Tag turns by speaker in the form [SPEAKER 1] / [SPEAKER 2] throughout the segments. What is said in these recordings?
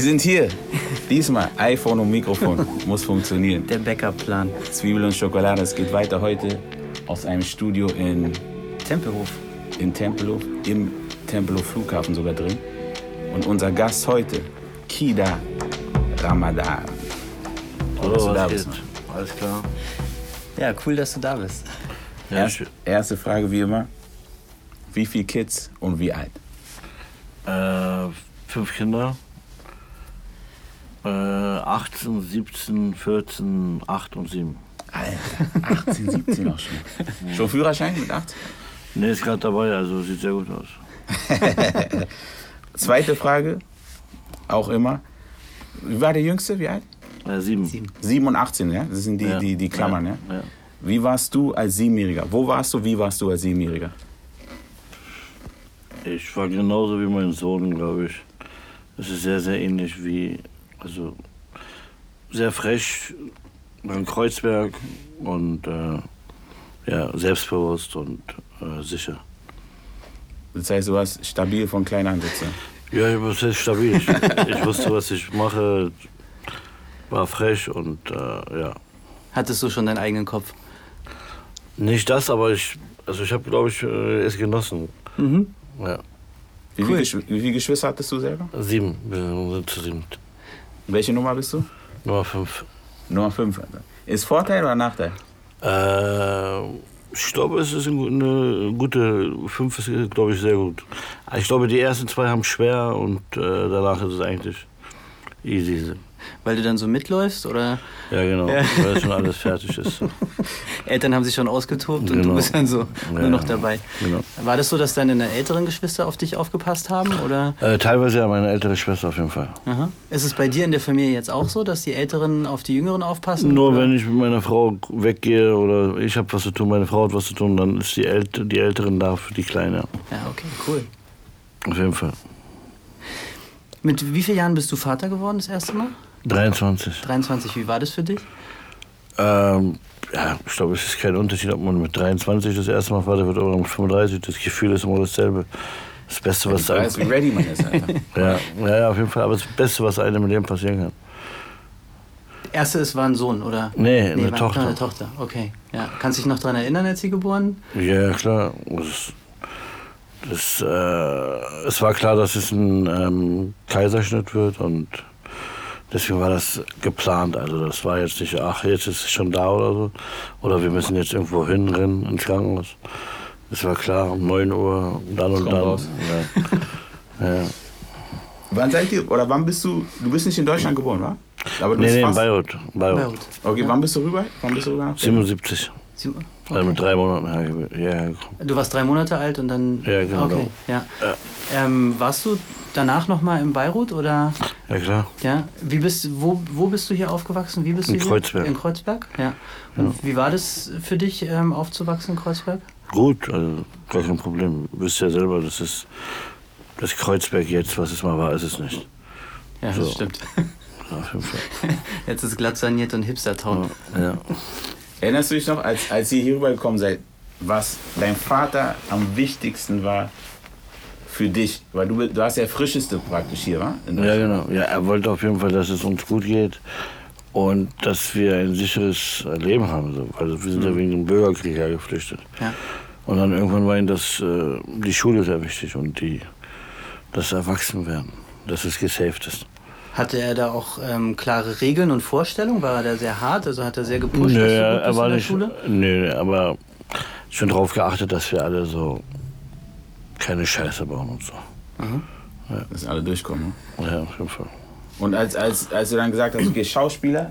[SPEAKER 1] sind hier. Diesmal iPhone und Mikrofon. Muss funktionieren.
[SPEAKER 2] Der Backup-Plan.
[SPEAKER 1] Zwiebeln und Schokolade. Es geht weiter heute aus einem Studio in,
[SPEAKER 2] Tempelhof.
[SPEAKER 1] in Tempelhof, im Tempelhof Flughafen sogar drin. Und unser Gast heute, Kida Ramadan. Cool, dass du da bist. Mann.
[SPEAKER 3] Alles klar.
[SPEAKER 2] Ja, cool, dass du da bist.
[SPEAKER 3] Ja,
[SPEAKER 1] Erst,
[SPEAKER 3] schön.
[SPEAKER 1] erste Frage wie immer. Wie viele Kids und wie alt?
[SPEAKER 3] Äh, fünf Kinder. Äh, 18, 17, 14, 8 und 7.
[SPEAKER 1] Alter, 18, 17 auch schon. Schon Führerschein mit 18?
[SPEAKER 3] Ne, ist gerade dabei, also sieht sehr gut aus.
[SPEAKER 1] Zweite Frage, auch immer. Wie war der Jüngste? Wie alt?
[SPEAKER 3] Äh, 7.
[SPEAKER 2] Sieben.
[SPEAKER 1] 7 und 18, ja? Das sind die,
[SPEAKER 3] Ja.
[SPEAKER 1] die, die Klammern, ja.
[SPEAKER 3] ja. ja.
[SPEAKER 1] Wie warst du als Siebenjähriger? Wo warst du, wie warst du als Siebenjähriger?
[SPEAKER 3] Ich war genauso wie mein Sohn, glaube ich. Es ist sehr, sehr ähnlich wie, also sehr frech, ein Kreuzberg und äh, ja, selbstbewusst und äh, sicher.
[SPEAKER 1] Das heißt, du warst stabil von klein an sozusagen.
[SPEAKER 3] Ja, ich war sehr stabil. Ich, ich wusste, was ich mache, war frech und äh, ja.
[SPEAKER 2] Hattest du schon deinen eigenen Kopf?
[SPEAKER 3] Nicht das, aber ich, also ich habe, glaube ich, äh, es genossen.
[SPEAKER 2] Mhm.
[SPEAKER 3] Ja,
[SPEAKER 1] Wie, viele Geschw- wie viele Geschwister hattest du selber?
[SPEAKER 3] sieben, wir sind zu sieben.
[SPEAKER 1] Welche Nummer bist du?
[SPEAKER 3] Nummer fünf.
[SPEAKER 1] Nummer 5. Ist Vorteil oder Nachteil?
[SPEAKER 3] Äh, ich glaube, es ist eine, eine gute, fünf ist, glaube ich, sehr gut. Also Ich glaube, die ersten zwei haben schwer und äh, danach ist es eigentlich easy.
[SPEAKER 2] Weil du dann so mitläufst oder
[SPEAKER 3] Ja, genau,
[SPEAKER 2] Ja.
[SPEAKER 3] weil schon alles fertig ist.
[SPEAKER 2] Eltern haben sich schon ausgetobt und du
[SPEAKER 3] Genau.
[SPEAKER 2] bist dann so
[SPEAKER 3] Ja.
[SPEAKER 2] nur noch dabei.
[SPEAKER 3] Genau.
[SPEAKER 2] War das so, dass deine älteren Geschwister auf dich aufgepasst haben oder?
[SPEAKER 3] Äh, teilweise ja, meine ältere Schwester auf jeden Fall.
[SPEAKER 2] Aha. Ist es bei dir in der Familie jetzt auch so, dass die Älteren auf die Jüngeren aufpassen?
[SPEAKER 3] Nur
[SPEAKER 2] oder?
[SPEAKER 3] wenn ich mit meiner Frau weggehe oder ich habe was zu tun, meine Frau hat was zu tun, dann ist die, Ält die Älteren da für die Kleine.
[SPEAKER 2] Ja, okay, cool.
[SPEAKER 3] Auf jeden Fall.
[SPEAKER 2] Mit wie vielen Jahren bist du Vater geworden das erste Mal?
[SPEAKER 3] 23.
[SPEAKER 2] 23. Wie war das für dich?
[SPEAKER 3] Ähm, ja, ich glaube, es ist kein Unterschied, ob man mit 23 das erste Mal Vater wird oder mit 35. Das Gefühl ist immer dasselbe. Das Beste, was
[SPEAKER 1] Ich
[SPEAKER 3] einem,
[SPEAKER 1] weiß, wie ready man ist, Alter.
[SPEAKER 3] ja, ja, ja, auf jeden Fall. Aber das Beste, was einem im Leben passieren kann.
[SPEAKER 2] Erste ist war ein Sohn oder?
[SPEAKER 3] Nee, eine
[SPEAKER 2] war-
[SPEAKER 3] Tochter.
[SPEAKER 2] Eine Tochter, okay. Ja. Kannst dich noch daran erinnern, als sie geboren?
[SPEAKER 3] Ja, klar. Das, das, äh, es war klar, dass es ein ähm, Kaiserschnitt wird und deswegen war das geplant. Also das war jetzt nicht, ach, jetzt ist es schon da oder so. Oder wir müssen jetzt irgendwo hinrennen ins Krankenhaus. Das war klar, um 9 Uhr, dann und
[SPEAKER 1] Kommt
[SPEAKER 3] dann.
[SPEAKER 1] raus.
[SPEAKER 3] Ja. ja.
[SPEAKER 1] Wann seid ihr, oder wann bist du, du bist nicht in Deutschland geboren, wa? Aber du
[SPEAKER 3] Nee,
[SPEAKER 1] bist
[SPEAKER 3] nee, in
[SPEAKER 1] fast-
[SPEAKER 3] Bayreuth. Bayreuth.
[SPEAKER 2] Beirut.
[SPEAKER 1] Okay, wann bist du rüber? Wann bist du rüber?
[SPEAKER 3] 77,
[SPEAKER 2] Sie- Okay.
[SPEAKER 3] also mit drei Monaten. hergekommen. Ja,
[SPEAKER 2] Du warst drei Monate alt und dann.
[SPEAKER 3] Ja, genau.
[SPEAKER 2] Okay, ja. Ähm, warst du danach nochmal in Beirut oder?
[SPEAKER 3] ja, klar.
[SPEAKER 2] Ja. Wie bist, wo, wo bist du hier aufgewachsen? Wie bist
[SPEAKER 3] In
[SPEAKER 2] du hier?
[SPEAKER 3] Kreuzberg. Genau.
[SPEAKER 2] In Kreuzberg, ja. Und wie war das für dich, ähm, aufzuwachsen in Kreuzberg?
[SPEAKER 3] Gut, also gar kein Problem. Du wisst ja selber, das ist das Kreuzberg jetzt, was es mal war, ist es nicht.
[SPEAKER 2] Ja,
[SPEAKER 3] So.
[SPEAKER 2] stimmt.
[SPEAKER 3] Ja, Auf jeden Fall.
[SPEAKER 2] Jetzt ist glatt saniert und Hipster-Town.
[SPEAKER 3] Ja.
[SPEAKER 1] Erinnerst du dich noch, als, als ihr hier rübergekommen seid, was dein Vater am wichtigsten war für dich? Weil du, du warst der Frischeste praktisch hier, wa? In
[SPEAKER 3] ja,
[SPEAKER 1] Deutschland.
[SPEAKER 3] genau. Ja, er wollte auf jeden Fall, dass es uns gut geht und dass wir ein sicheres Leben haben. So. Also wir sind ja wegen dem Bürgerkrieg ja geflüchtet.
[SPEAKER 2] Ja.
[SPEAKER 3] Und dann irgendwann war ihm das, äh, die Schule sehr wichtig und die, das Erwachsenwerden, dass es gesaved ist.
[SPEAKER 2] Hatte er da auch ähm, klare Regeln und Vorstellungen? War er da sehr hart? Also hat er sehr gepusht,
[SPEAKER 3] Nö,
[SPEAKER 2] dass du gut
[SPEAKER 3] er
[SPEAKER 2] bist
[SPEAKER 3] war
[SPEAKER 2] in der
[SPEAKER 3] nicht.
[SPEAKER 2] Schule?
[SPEAKER 3] Nö, aber schon drauf geachtet, dass wir alle so keine Scheiße bauen und so.
[SPEAKER 1] Dass alle durchkommen. Ne?
[SPEAKER 3] Ja, auf jeden Fall.
[SPEAKER 1] Und als, als, als du dann gesagt hast, okay, Schauspieler,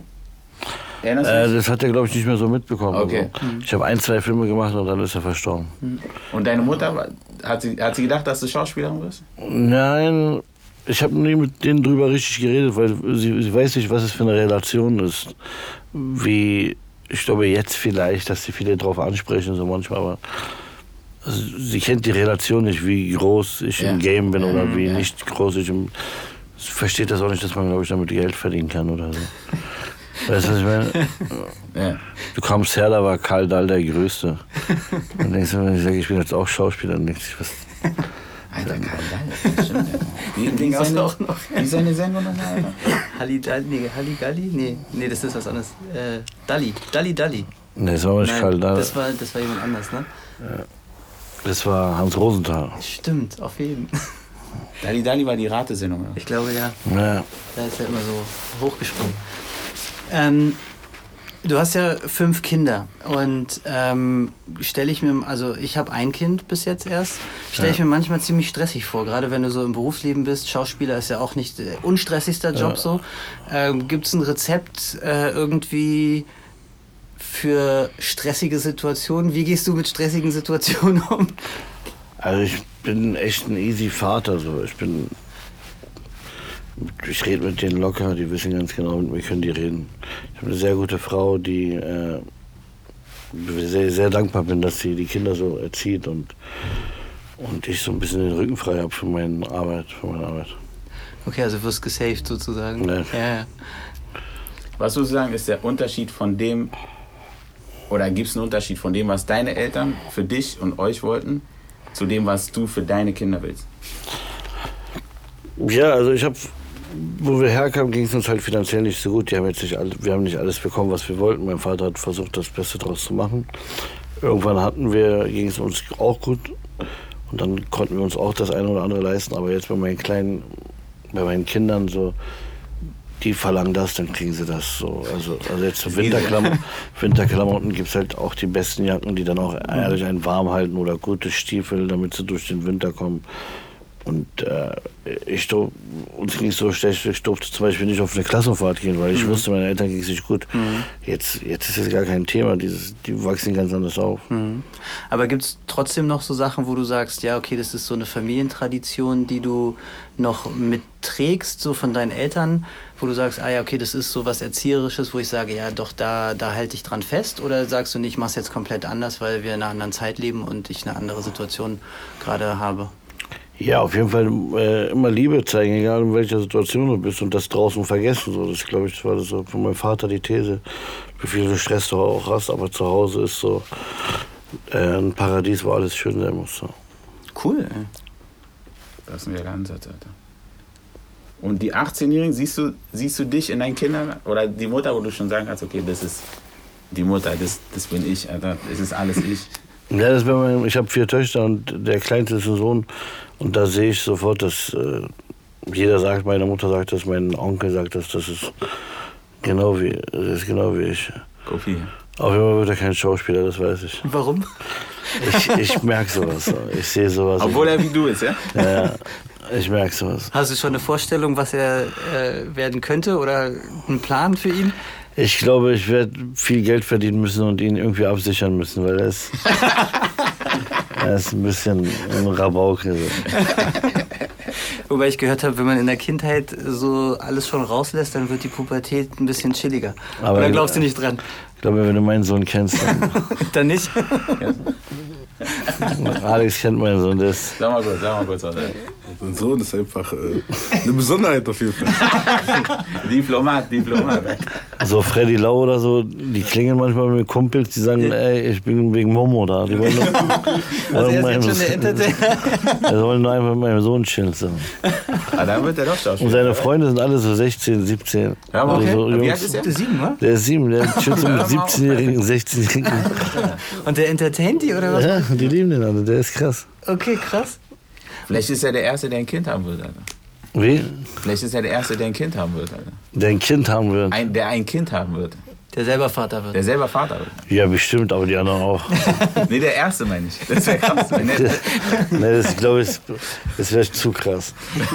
[SPEAKER 1] erinnerst du
[SPEAKER 3] Äh,
[SPEAKER 1] dich?
[SPEAKER 3] das hat er, glaube ich, nicht mehr so mitbekommen.
[SPEAKER 1] Also Okay.
[SPEAKER 3] Also, ich habe ein, zwei Filme gemacht und dann ist er verstorben.
[SPEAKER 1] Und deine Mutter, war- hat sie, hat sie gedacht, dass du Schauspielerin wirst?
[SPEAKER 3] Nein, ich habe nie mit denen drüber richtig geredet, weil sie, sie weiß nicht, was es für eine Relation ist. Wie, ich glaube jetzt vielleicht, dass sie viele drauf ansprechen, so manchmal, aber also, sie kennt die Relation nicht, wie groß ich
[SPEAKER 1] Ja.
[SPEAKER 3] im Game bin oder
[SPEAKER 1] Mhm,
[SPEAKER 3] wie
[SPEAKER 1] ja.
[SPEAKER 3] nicht groß ich im... Sie versteht das auch nicht, dass man, glaube ich, damit Geld verdienen kann oder so. Weißt du, was ich meine?
[SPEAKER 1] Ja.
[SPEAKER 3] Du kamst her, da war Karl Dahl der Größte. Und denkst du, wenn ich sage, ich bin jetzt auch Schauspieler, dann denkst du, was,
[SPEAKER 1] Alter, Karl Dall, stimmt. ja. Wie, wie,
[SPEAKER 2] Den gab's
[SPEAKER 1] seine,
[SPEAKER 2] doch noch.
[SPEAKER 1] wie seine Sendung nochmal? Alter?
[SPEAKER 2] Halligalli, nee, Halligalli? Nee, nee, das ist was anderes. Äh, Dalli, Dalli, Dalli.
[SPEAKER 3] Nee, das war nicht Karl Dall.
[SPEAKER 2] das, war, das war jemand anders, ne?
[SPEAKER 3] Das war Hans Rosenthal.
[SPEAKER 2] Stimmt, auf jeden
[SPEAKER 1] Dalli Dalli war die Ratesendung. oder?
[SPEAKER 2] Ich glaube, ja.
[SPEAKER 3] Ja.
[SPEAKER 2] Da ist er immer so hochgesprungen. Ähm, du hast ja fünf Kinder und ähm, stelle ich mir, also ich habe ein Kind bis jetzt erst, stelle ich mir manchmal ziemlich stressig vor, gerade wenn du so im Berufsleben bist. Schauspieler ist ja auch nicht der unstressigster Job so. Ähm, Gibt es ein Rezept äh, irgendwie für stressige Situationen? Wie gehst du mit stressigen Situationen um?
[SPEAKER 3] Also ich bin echt ein easy Vater. So. Ich bin. Ich rede mit denen locker, die wissen ganz genau, mit mir können die reden. Ich habe eine sehr gute Frau, die äh, sehr, sehr dankbar bin, dass sie die Kinder so erzieht und, und ich so ein bisschen den Rücken frei habe für meine Arbeit, für meine Arbeit.
[SPEAKER 2] Okay, also wirst gesaved sozusagen.
[SPEAKER 3] Nee.
[SPEAKER 2] Ja, ja.
[SPEAKER 1] Was würdest du sagen, ist der Unterschied von dem, oder gibt es einen Unterschied von dem, was deine Eltern für dich und euch wollten, zu dem, was du für deine Kinder willst?
[SPEAKER 3] Ja, also ich habe, wo wir herkamen, ging es uns halt finanziell nicht so gut. Die haben jetzt nicht all, wir haben nicht alles bekommen, was wir wollten. Mein Vater hat versucht, das Beste draus zu machen. Irgendwann hatten wir, ging es uns auch gut. Und dann konnten wir uns auch das eine oder andere leisten. Aber jetzt bei meinen kleinen, bei meinen Kindern so, die verlangen das, dann kriegen sie das so. Also, also jetzt zu Winterklam Winterklamotten gibt es halt auch die besten Jacken, die dann auch ehrlich einen warm halten oder gute Stiefel, damit sie durch den Winter kommen. Und äh, ich dur- uns ging es so schlecht, ich durfte zum Beispiel nicht auf eine Klassenfahrt gehen, weil ich wusste, meinen Eltern ging es nicht gut. Jetzt, jetzt ist es gar kein Thema, Dieses, die wachsen ganz anders auf.
[SPEAKER 2] Mhm. Aber gibt es trotzdem noch so Sachen, wo du sagst, ja, okay, das ist so eine Familientradition, die du noch mitträgst, so von deinen Eltern, wo du sagst, ah ja, okay, das ist so was Erzieherisches, wo ich sage, ja, doch, da, da halte ich dran fest? Oder sagst du, nee, ich mach's jetzt komplett anders, weil wir in einer anderen Zeit leben und ich eine andere Situation gerade habe?
[SPEAKER 3] Ja, auf jeden Fall äh, immer Liebe zeigen, egal in welcher Situation du bist und das draußen vergessen. So, das glaube ich, war das so von meinem Vater die These. Wie viel du Stress du auch hast, aber zu Hause ist so äh, ein Paradies, wo alles schön sein muss. So.
[SPEAKER 2] Cool.
[SPEAKER 1] Das ist ein geiler Ansatz, Alter. Und die 18-Jährigen, siehst du, siehst du dich in deinen Kindern oder die Mutter, wo du schon sagen kannst, okay, das ist die Mutter, das, das bin ich, Alter, das ist alles ich.
[SPEAKER 3] Ja, das bei meinem, ich habe vier Töchter und der kleinste ist ein Sohn. Und da sehe ich sofort, dass äh, jeder sagt, meine Mutter sagt das, mein Onkel sagt das, das ist genau wie, das ist genau wie ich.
[SPEAKER 1] Kopie.
[SPEAKER 3] Auf jeden Fall wird er kein Schauspieler, das weiß ich.
[SPEAKER 2] Warum?
[SPEAKER 3] Ich, ich merke sowas, so. ich sehe sowas.
[SPEAKER 1] Obwohl er wie du ist, ja?
[SPEAKER 3] Ja, ja, ich merke sowas.
[SPEAKER 2] Hast du schon eine Vorstellung, was er äh, werden könnte oder einen Plan für ihn?
[SPEAKER 3] Ich glaube, ich werde viel Geld verdienen müssen und ihn irgendwie absichern müssen, weil er ist, er ist ein bisschen ein Rabauke. So.
[SPEAKER 2] Wobei ich gehört habe, wenn man in der Kindheit so alles schon rauslässt, dann wird die Pubertät ein bisschen chilliger.
[SPEAKER 3] Aber-
[SPEAKER 2] Oder glaubst du nicht dran?
[SPEAKER 3] Ich glaube, wenn du meinen Sohn kennst, dann,
[SPEAKER 2] Dann nicht?
[SPEAKER 3] Alex kennt meinen Sohn, der ist
[SPEAKER 1] Sag mal kurz, sag mal kurz, Alter.
[SPEAKER 4] Sein Sohn ist einfach äh, eine Besonderheit auf jeden Fall.
[SPEAKER 1] Diplomat, Diplomat.
[SPEAKER 3] So Freddy Lau oder so, die klingen manchmal mit Kumpels, die sagen, ey, ich bin wegen Momo da. Die wollen nur,
[SPEAKER 2] Also
[SPEAKER 3] wollen
[SPEAKER 2] er ist jetzt schon der
[SPEAKER 3] meinen-
[SPEAKER 2] Entertainer.
[SPEAKER 3] die wollen nur einfach mit meinem Sohn chillen. So.
[SPEAKER 1] Ah, dann wird er doch
[SPEAKER 3] Und
[SPEAKER 1] Schauspieler.
[SPEAKER 3] seine Freunde sind alle so 16, 17.
[SPEAKER 1] Ja, aber
[SPEAKER 3] Also
[SPEAKER 1] okay.
[SPEAKER 3] so
[SPEAKER 1] Wie alt
[SPEAKER 3] Jungs.
[SPEAKER 1] ist er?
[SPEAKER 2] Sieben, wa?
[SPEAKER 3] Der ist sieben, der chillt so mit 17-Jährigen, 16-Jährigen.
[SPEAKER 2] Und der entertaint die, oder was?
[SPEAKER 3] Ja, die lieben den alle, der ist krass.
[SPEAKER 2] Okay, krass.
[SPEAKER 1] Vielleicht ist er der Erste, der ein Kind haben wird, Alter.
[SPEAKER 3] Wie?
[SPEAKER 1] Vielleicht ist er der Erste, der ein Kind haben wird, Alter.
[SPEAKER 3] Der ein Kind haben will.
[SPEAKER 1] Ein, der ein Kind haben wird.
[SPEAKER 2] Der selber Vater wird.
[SPEAKER 1] Der selber Vater wird.
[SPEAKER 3] Ja, bestimmt, aber die anderen auch.
[SPEAKER 1] Nee, der Erste meine ich. Das wäre krass. Wenn der,
[SPEAKER 3] Nee, das glaube ich, das wäre zu krass.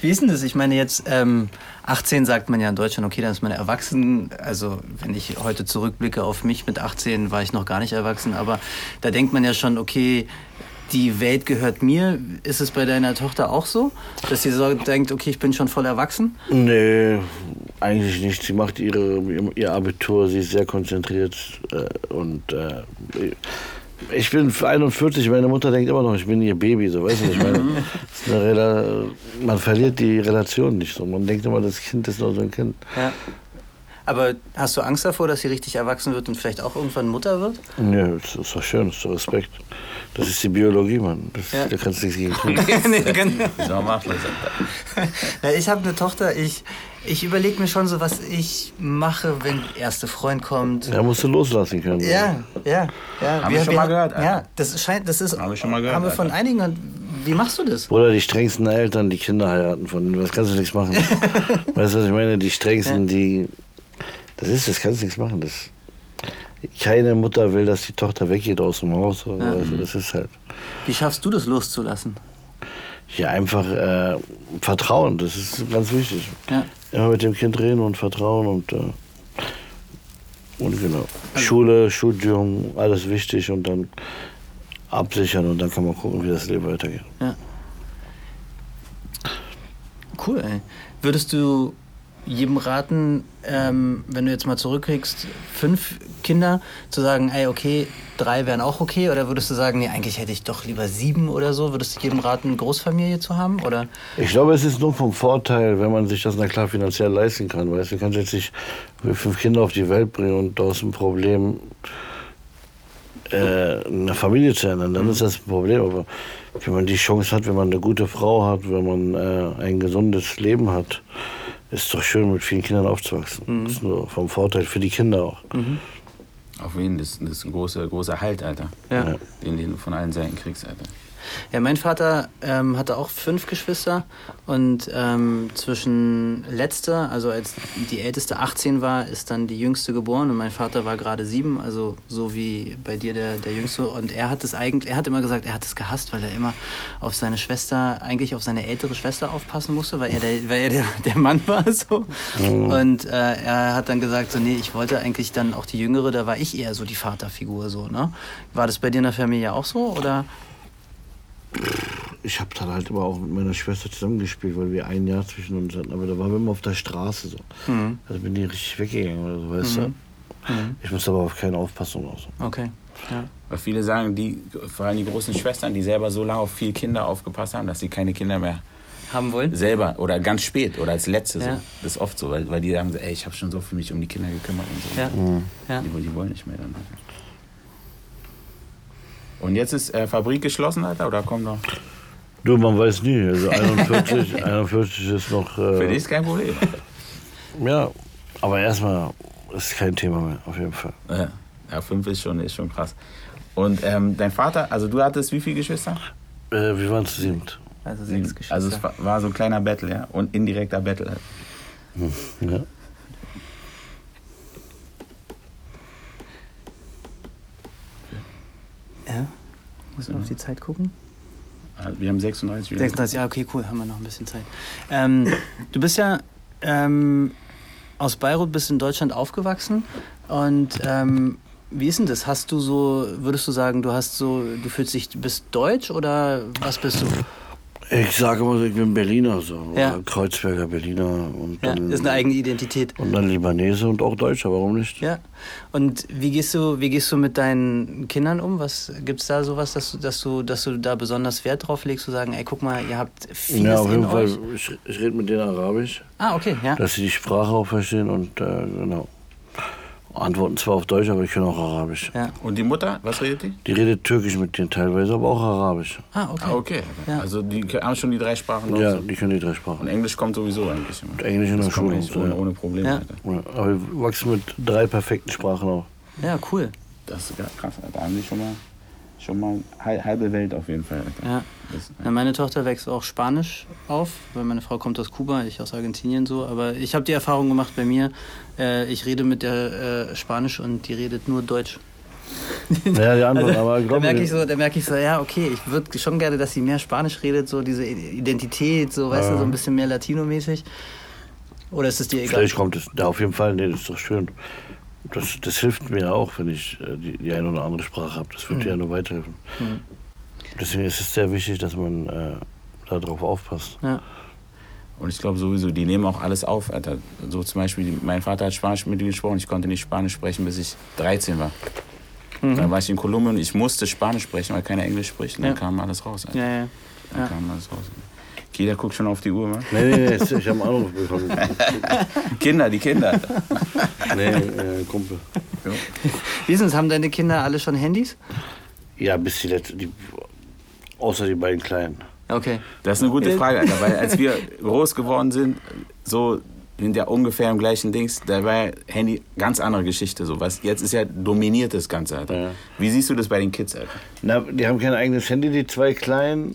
[SPEAKER 2] Wie ist denn das? Ich meine jetzt, ähm, 18 sagt man ja in Deutschland, okay, dann ist man erwachsen. Also wenn ich heute zurückblicke auf mich mit 18, war ich noch gar nicht erwachsen. Aber da denkt man ja schon, okay, die Welt gehört mir. Ist es bei deiner Tochter auch so, dass sie so denkt, okay, ich bin schon voll erwachsen?
[SPEAKER 3] Nee, eigentlich nicht. Sie macht ihre, ihr Abitur, sie ist sehr konzentriert äh, und äh, ich bin 41, meine Mutter denkt immer noch, ich bin ihr Baby, so weißt du, was ich meine, Das ist eine Rela man verliert die Relation nicht so, man denkt immer, das Kind ist nur so ein Kind.
[SPEAKER 2] Ja. Aber hast du Angst davor, dass sie richtig erwachsen wird und vielleicht auch irgendwann Mutter wird?
[SPEAKER 3] Nö, das ist doch schön, das ist doch Respekt. Das ist die Biologie, Mann. Das,
[SPEAKER 2] Ja.
[SPEAKER 3] Da kannst du nichts gegen tun.
[SPEAKER 2] nee, genau.
[SPEAKER 1] So, mach das.
[SPEAKER 2] Na, ich habe eine Tochter, ich, ich überlege mir schon so, was ich mache, wenn der erste Freund kommt.
[SPEAKER 3] Da musst du loslassen können.
[SPEAKER 2] Ja, ja, ja.
[SPEAKER 1] Haben wir schon mal gehört, Alter.
[SPEAKER 2] Ja, das scheint, das ist.
[SPEAKER 1] Haben wir schon mal gehört,
[SPEAKER 2] Haben wir von
[SPEAKER 1] Alter.
[SPEAKER 2] einigen. und Wie machst du das?
[SPEAKER 3] Oder die strengsten Eltern, die Kinder heiraten von denen. Das kannst du nichts machen. weißt du, was ich meine? Die strengsten, die. Das ist, das kannst du nichts machen. Das, keine Mutter will, dass die Tochter weggeht aus dem Haus. Oder
[SPEAKER 2] Ja.
[SPEAKER 3] also das ist halt.
[SPEAKER 2] Wie schaffst du das loszulassen?
[SPEAKER 3] Ja, einfach äh, Vertrauen, das ist ganz wichtig.
[SPEAKER 2] Ja.
[SPEAKER 3] Immer mit dem Kind reden und vertrauen und. Äh, und genau.
[SPEAKER 2] Also
[SPEAKER 3] Schule, Studium, alles wichtig und dann absichern und dann kann man gucken, wie das Leben weitergeht.
[SPEAKER 2] Cool, ey. Würdest du jedem raten, ähm, wenn du jetzt mal zurückkriegst, fünf Kinder, zu sagen, ey, okay, drei wären auch okay? Oder würdest du sagen, nee, eigentlich hätte ich doch lieber sieben oder so? Würdest du jedem raten, eine Großfamilie zu haben? Oder?
[SPEAKER 3] Ich glaube, es ist nur vom Vorteil, wenn man sich das na klar finanziell leisten kann. Weißt du, du kannst jetzt nicht fünf Kinder auf die Welt bringen und aus dem Problem äh, eine Familie zu ändern. Dann ist das ein Problem. Aber wenn man die Chance hat, wenn man eine gute Frau hat, wenn man äh, ein gesundes Leben hat, ist doch schön, mit vielen Kindern aufzuwachsen. Das ist nur vom Vorteil für die Kinder auch.
[SPEAKER 1] Auf jeden Das, das ist ein großer, großer Halt, Alter.
[SPEAKER 2] Ja.
[SPEAKER 1] Den, den du von allen Seiten kriegst, Alter.
[SPEAKER 2] Ja, mein Vater ähm, hatte auch fünf Geschwister und ähm, zwischen letzte, also als die älteste 18 war, ist dann die jüngste geboren und mein Vater war gerade sieben, also so wie bei dir der, der jüngste. Und er hat es eigentlich, er hat immer gesagt, er hat es gehasst, weil er immer auf seine Schwester, eigentlich auf seine ältere Schwester aufpassen musste, weil er der, weil er der, der Mann war so. Und äh, er hat dann gesagt, so nee, ich wollte eigentlich dann auch die jüngere, da war ich eher so die Vaterfigur so, ne? War das bei dir in der Familie auch so oder?
[SPEAKER 3] ich habe dann halt immer auch mit meiner Schwester zusammengespielt, weil wir ein Jahr zwischen uns hatten. Aber da waren wir immer auf der Straße so.
[SPEAKER 2] Mhm.
[SPEAKER 3] Also bin ich richtig weggegangen oder so, weißt du? Ich musste aber auf keinen aufpassen oder so.
[SPEAKER 2] Okay. Ja.
[SPEAKER 1] Weil viele sagen, die, vor allem die großen Schwestern, die selber so lange auf viele Kinder aufgepasst haben, dass sie keine Kinder mehr
[SPEAKER 2] Haben wollen?
[SPEAKER 1] selber oder ganz spät oder als Letzte.
[SPEAKER 2] Ja.
[SPEAKER 1] So. Das ist oft so, weil, weil die sagen, so, ey, ich habe schon so für mich um die Kinder gekümmert und so.
[SPEAKER 2] Ja. ja.
[SPEAKER 1] Die, die wollen nicht mehr dann. Alter. Und jetzt ist äh, Fabrik geschlossen, Alter, oder kommt noch?
[SPEAKER 3] Du, man weiß nie. Also 41, 41 ist noch. Äh,
[SPEAKER 1] Für dich ist kein Problem.
[SPEAKER 3] Ja, aber erstmal ist kein Thema mehr, auf jeden Fall.
[SPEAKER 1] Alter. Ja. Ja, fünf ist schon, ist schon krass. Und ähm, dein Vater, also du hattest wie viele Geschwister?
[SPEAKER 3] Äh, wir waren zu siebend.
[SPEAKER 2] Also sechs Geschwister.
[SPEAKER 1] Also es war- war so ein kleiner Battle, ja. Und indirekter Battle.
[SPEAKER 3] Ja.
[SPEAKER 2] ja. Muss man auf die Zeit gucken?
[SPEAKER 1] Also Wir haben 36 Minuten.
[SPEAKER 2] 36, ja, okay, cool, haben wir noch ein bisschen Zeit. Ähm, du bist ja ähm, aus Beirut, bist in Deutschland aufgewachsen und ähm, wie ist denn das? Hast du so, würdest du sagen, du hast so, du fühlst dich, du bist deutsch oder was bist du?
[SPEAKER 3] Ich sage immer, so, ich bin Berliner so.
[SPEAKER 2] Ja.
[SPEAKER 3] Oder Kreuzberger Berliner und
[SPEAKER 2] Ja,
[SPEAKER 3] dann,
[SPEAKER 2] ist eine eigene Identität.
[SPEAKER 3] und dann Libanese und auch Deutscher, warum nicht?
[SPEAKER 2] Ja. Und wie gehst du, wie gehst du mit deinen Kindern um? Was gibt's da sowas, dass du, dass du, dass du da besonders Wert drauf legst, zu sagen, ey, guck mal, ihr habt vieles
[SPEAKER 3] ja, auf jeden
[SPEAKER 2] in
[SPEAKER 3] Fall.
[SPEAKER 2] euch?
[SPEAKER 3] Ich, ich rede mit denen Arabisch.
[SPEAKER 2] Ah, okay, ja.
[SPEAKER 3] dass sie die Sprache auch verstehen und äh, genau. Antworten zwar auf Deutsch, aber ich kann auch Arabisch.
[SPEAKER 2] ja.
[SPEAKER 1] Und die Mutter, was redet die?
[SPEAKER 3] Die redet Türkisch mit denen teilweise, aber auch Arabisch.
[SPEAKER 2] Ah, okay.
[SPEAKER 1] Ah, okay.
[SPEAKER 2] Ja.
[SPEAKER 1] Also die haben schon die drei Sprachen drauf.
[SPEAKER 3] ja,
[SPEAKER 1] so.
[SPEAKER 3] Also, die können die drei
[SPEAKER 1] Und
[SPEAKER 3] Sprachen.
[SPEAKER 1] Englisch kommt sowieso eigentlich immer.
[SPEAKER 3] Englisch in der
[SPEAKER 1] Das kommt
[SPEAKER 3] Schule.
[SPEAKER 1] eigentlich ohne,
[SPEAKER 3] und
[SPEAKER 1] ohne Probleme,
[SPEAKER 2] Ja.
[SPEAKER 1] Alter.
[SPEAKER 3] so, ja. Aber wir wachsen mit drei perfekten Sprachen auf.
[SPEAKER 2] Ja, cool.
[SPEAKER 1] Das ist gra- krass, Alter. Da haben sie schon mal, schon mal hal- halbe Welt auf jeden Fall, Alter.
[SPEAKER 2] Ja.
[SPEAKER 1] Das,
[SPEAKER 2] Na, meine Tochter wächst auch Spanisch auf, weil meine Frau kommt aus Kuba, ich aus Argentinien so. Aber ich habe die Erfahrung gemacht bei mir, äh, ich rede mit der äh, Spanisch und die redet nur Deutsch.
[SPEAKER 3] Ja, die anderen, aber
[SPEAKER 2] Also, Da
[SPEAKER 3] glaub
[SPEAKER 2] merke
[SPEAKER 3] mir,
[SPEAKER 2] ich so, da merke ich so, ja, okay, ich würde schon gerne, dass sie mehr Spanisch redet, so diese Identität, so, weißt du, so ein bisschen mehr Latino-mäßig. Oder ist es dir egal?
[SPEAKER 3] vielleicht kommt es. Ja, auf jeden Fall, nee, das ist doch schön. Das, das hilft mir auch, wenn ich äh, die, die eine oder andere Sprache habe. Das
[SPEAKER 2] Hm.
[SPEAKER 3] wird dir ja nur weiterhelfen.
[SPEAKER 2] Mhm.
[SPEAKER 3] Deswegen ist es sehr wichtig, dass man äh, darauf aufpasst.
[SPEAKER 2] Ja.
[SPEAKER 1] Und ich glaube sowieso, die nehmen auch alles auf, Alter. So zum Beispiel, die- mein Vater hat Spanisch mit mir gesprochen, ich konnte nicht Spanisch sprechen, bis ich 13 war. Dann war ich in Kolumbien und ich musste Spanisch sprechen, weil keiner Englisch spricht. Und dann
[SPEAKER 2] Ja.
[SPEAKER 1] kam alles raus, Alter.
[SPEAKER 2] Ja, ja.
[SPEAKER 1] Dann
[SPEAKER 2] ja.
[SPEAKER 1] kam alles raus. Jeder guckt schon auf die Uhr, Mann.
[SPEAKER 3] Nee, nee, nee, ich habe einen Anruf bekommen.
[SPEAKER 1] Kinder, die Kinder. Alter.
[SPEAKER 3] Nee, äh, Kumpel.
[SPEAKER 2] Wie ist es? Haben deine Kinder alle schon Handys?
[SPEAKER 3] Ja, bis die letzte, die, außer die beiden Kleinen.
[SPEAKER 2] Okay.
[SPEAKER 1] Das ist eine gute Frage, Alter, weil als wir groß geworden sind, so sind ja ungefähr im gleichen Dings, da war ja Handy ganz andere Geschichte. So. Was, jetzt ist ja dominiert das Ganze, Alter.
[SPEAKER 3] Ja.
[SPEAKER 1] Wie siehst du das bei den Kids, Alter?
[SPEAKER 3] Na, die haben kein eigenes Handy, die zwei Kleinen.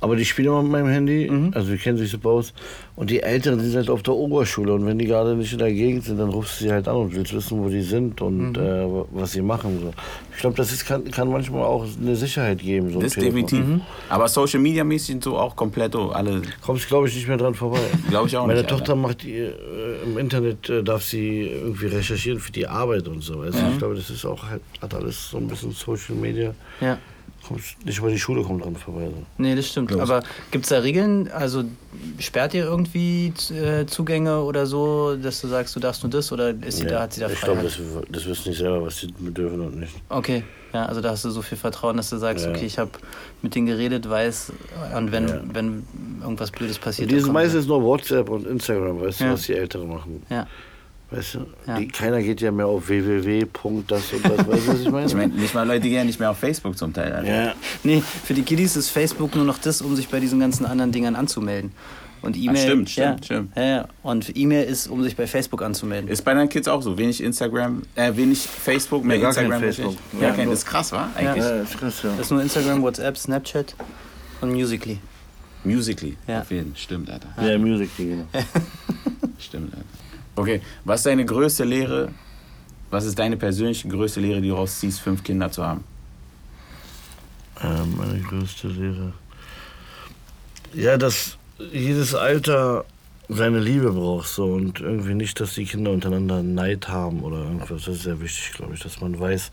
[SPEAKER 3] Aber die spielen immer mit meinem Handy,
[SPEAKER 1] Mhm.
[SPEAKER 3] also die kennen sich super aus. Und die Älteren sind halt auf der Oberschule und wenn die gerade nicht in der Gegend sind, dann rufst du sie halt an und willst wissen, wo die sind
[SPEAKER 1] Mhm.
[SPEAKER 3] und äh, was sie machen. So. Ich glaube, das ist, kann, kann manchmal auch eine Sicherheit geben. So ein
[SPEAKER 1] Das ist
[SPEAKER 3] Telefon.
[SPEAKER 1] definitiv. Aber Social Media mäßig so auch komplett oh, alle.
[SPEAKER 3] Kommst, glaube ich, nicht mehr dran vorbei.
[SPEAKER 1] Glaube ich auch
[SPEAKER 3] Meine
[SPEAKER 1] nicht,
[SPEAKER 3] Tochter
[SPEAKER 1] Alter.
[SPEAKER 3] macht ihr, äh, im Internet, äh, darf sie irgendwie recherchieren für die Arbeit und so. Weißt du? Ich glaube, das ist auch halt, hat alles so ein bisschen Social Media.
[SPEAKER 2] Ja.
[SPEAKER 3] Kommst, nicht mal die Schule kommt dran vorbei. So.
[SPEAKER 2] Nee, das stimmt. Aber gibt es da Regeln? Also sperrt ihr irgendwie äh, Zugänge oder so, dass du sagst, du darfst nur das oder ist sie
[SPEAKER 3] Ja,
[SPEAKER 2] da, hat sie da
[SPEAKER 3] ich glaube,
[SPEAKER 2] Freiheit?
[SPEAKER 3] das, das wissen nicht selber, was sie dürfen und nicht.
[SPEAKER 2] Okay, ja, also da hast du so viel Vertrauen, dass du sagst,
[SPEAKER 3] Ja.
[SPEAKER 2] okay, ich habe mit denen geredet, weiß und wenn,
[SPEAKER 3] Ja.
[SPEAKER 2] wenn irgendwas Blödes passiert.
[SPEAKER 3] Die
[SPEAKER 2] dann
[SPEAKER 3] sind
[SPEAKER 2] kommen sie.
[SPEAKER 3] meistens nur WhatsApp und Instagram, weißt
[SPEAKER 2] Ja.
[SPEAKER 3] du, was die Älteren machen.
[SPEAKER 2] Ja,
[SPEAKER 3] Weißt du?
[SPEAKER 2] Ja.
[SPEAKER 3] Die, keiner geht ja mehr auf www. das und das, weißt du, was ich meine?
[SPEAKER 1] Ich meine, nicht mal Leute gehen ja nicht mehr auf Facebook zum Teil, Alter.
[SPEAKER 3] ja.
[SPEAKER 2] nee, für die Kiddies ist Facebook nur noch das, um sich bei diesen ganzen anderen Dingern anzumelden. Und
[SPEAKER 1] Ah,
[SPEAKER 2] E-Mail.
[SPEAKER 1] stimmt,
[SPEAKER 2] ja,
[SPEAKER 1] stimmt, stimmt.
[SPEAKER 2] Ja, ja. Und E-Mail ist, um sich bei Facebook anzumelden.
[SPEAKER 1] Ist bei deinen Kids auch so. Wenig Instagram, äh, wenig Facebook, mehr
[SPEAKER 3] Ja, gar kein
[SPEAKER 1] Instagram.
[SPEAKER 3] Facebook.
[SPEAKER 1] Ja,
[SPEAKER 3] Ja,
[SPEAKER 1] kein,
[SPEAKER 3] nur-
[SPEAKER 1] das ist krass, wa? Eigentlich.
[SPEAKER 3] ja, ist krass, ja.
[SPEAKER 2] Das ist nur Instagram, WhatsApp, Snapchat und Musically.
[SPEAKER 1] Musically.
[SPEAKER 2] Ja.
[SPEAKER 1] Auf jeden Fall. Stimmt, Alter.
[SPEAKER 3] Ja, Music, genau.
[SPEAKER 1] Stimmt, Alter. Okay, was ist deine größte Lehre? Was ist deine persönliche größte Lehre, die du rausziehst, fünf Kinder zu haben?
[SPEAKER 3] Ähm, meine größte Lehre. Ja, dass jedes Alter seine Liebe braucht so und irgendwie nicht, dass die Kinder untereinander Neid haben oder irgendwas. Das ist sehr wichtig, glaube ich, dass man weiß,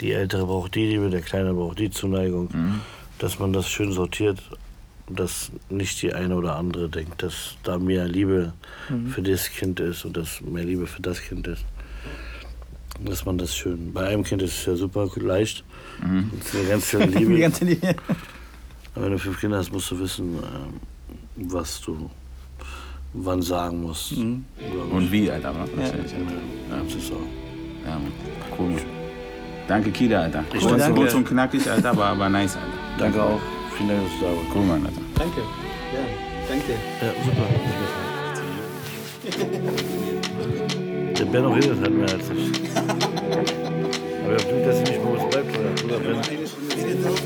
[SPEAKER 3] die Ältere braucht die Liebe, der Kleine braucht die Zuneigung, dass man das schön sortiert, dass nicht die eine oder andere denkt, dass da mehr Liebe
[SPEAKER 2] Mhm.
[SPEAKER 3] für das Kind ist und dass mehr Liebe für das Kind ist. Dass man das schön. Bei einem Kind ist es ja super leicht. Das ist eine ganz schöne Liebe.
[SPEAKER 2] Die ganze Linie.
[SPEAKER 3] Aber wenn du fünf Kinder hast, musst du wissen, ähm, was du wann sagen musst.
[SPEAKER 2] Mhm.
[SPEAKER 3] Glaub ich.
[SPEAKER 1] Und wie, Alter? wa? Wahrscheinlich, Alter.
[SPEAKER 3] Ja, das ist so.
[SPEAKER 1] Ja, Mann. Cool. Mann. Danke, Kida, Alter.
[SPEAKER 3] Ich
[SPEAKER 1] Kurz-
[SPEAKER 3] danke.
[SPEAKER 1] Kurz und knackig, Alter, aber, aber nice, Alter.
[SPEAKER 3] Danke auch. Vielen Dank, dass du da warst.
[SPEAKER 1] Cool, Mann, Alter.
[SPEAKER 2] Danke. Ja, danke.
[SPEAKER 3] Ja, super. Der Ben noch redet hat mehr als ich. Aber ich hoffe, dass sie nicht bei uns bleibt, oder? Oder Ben?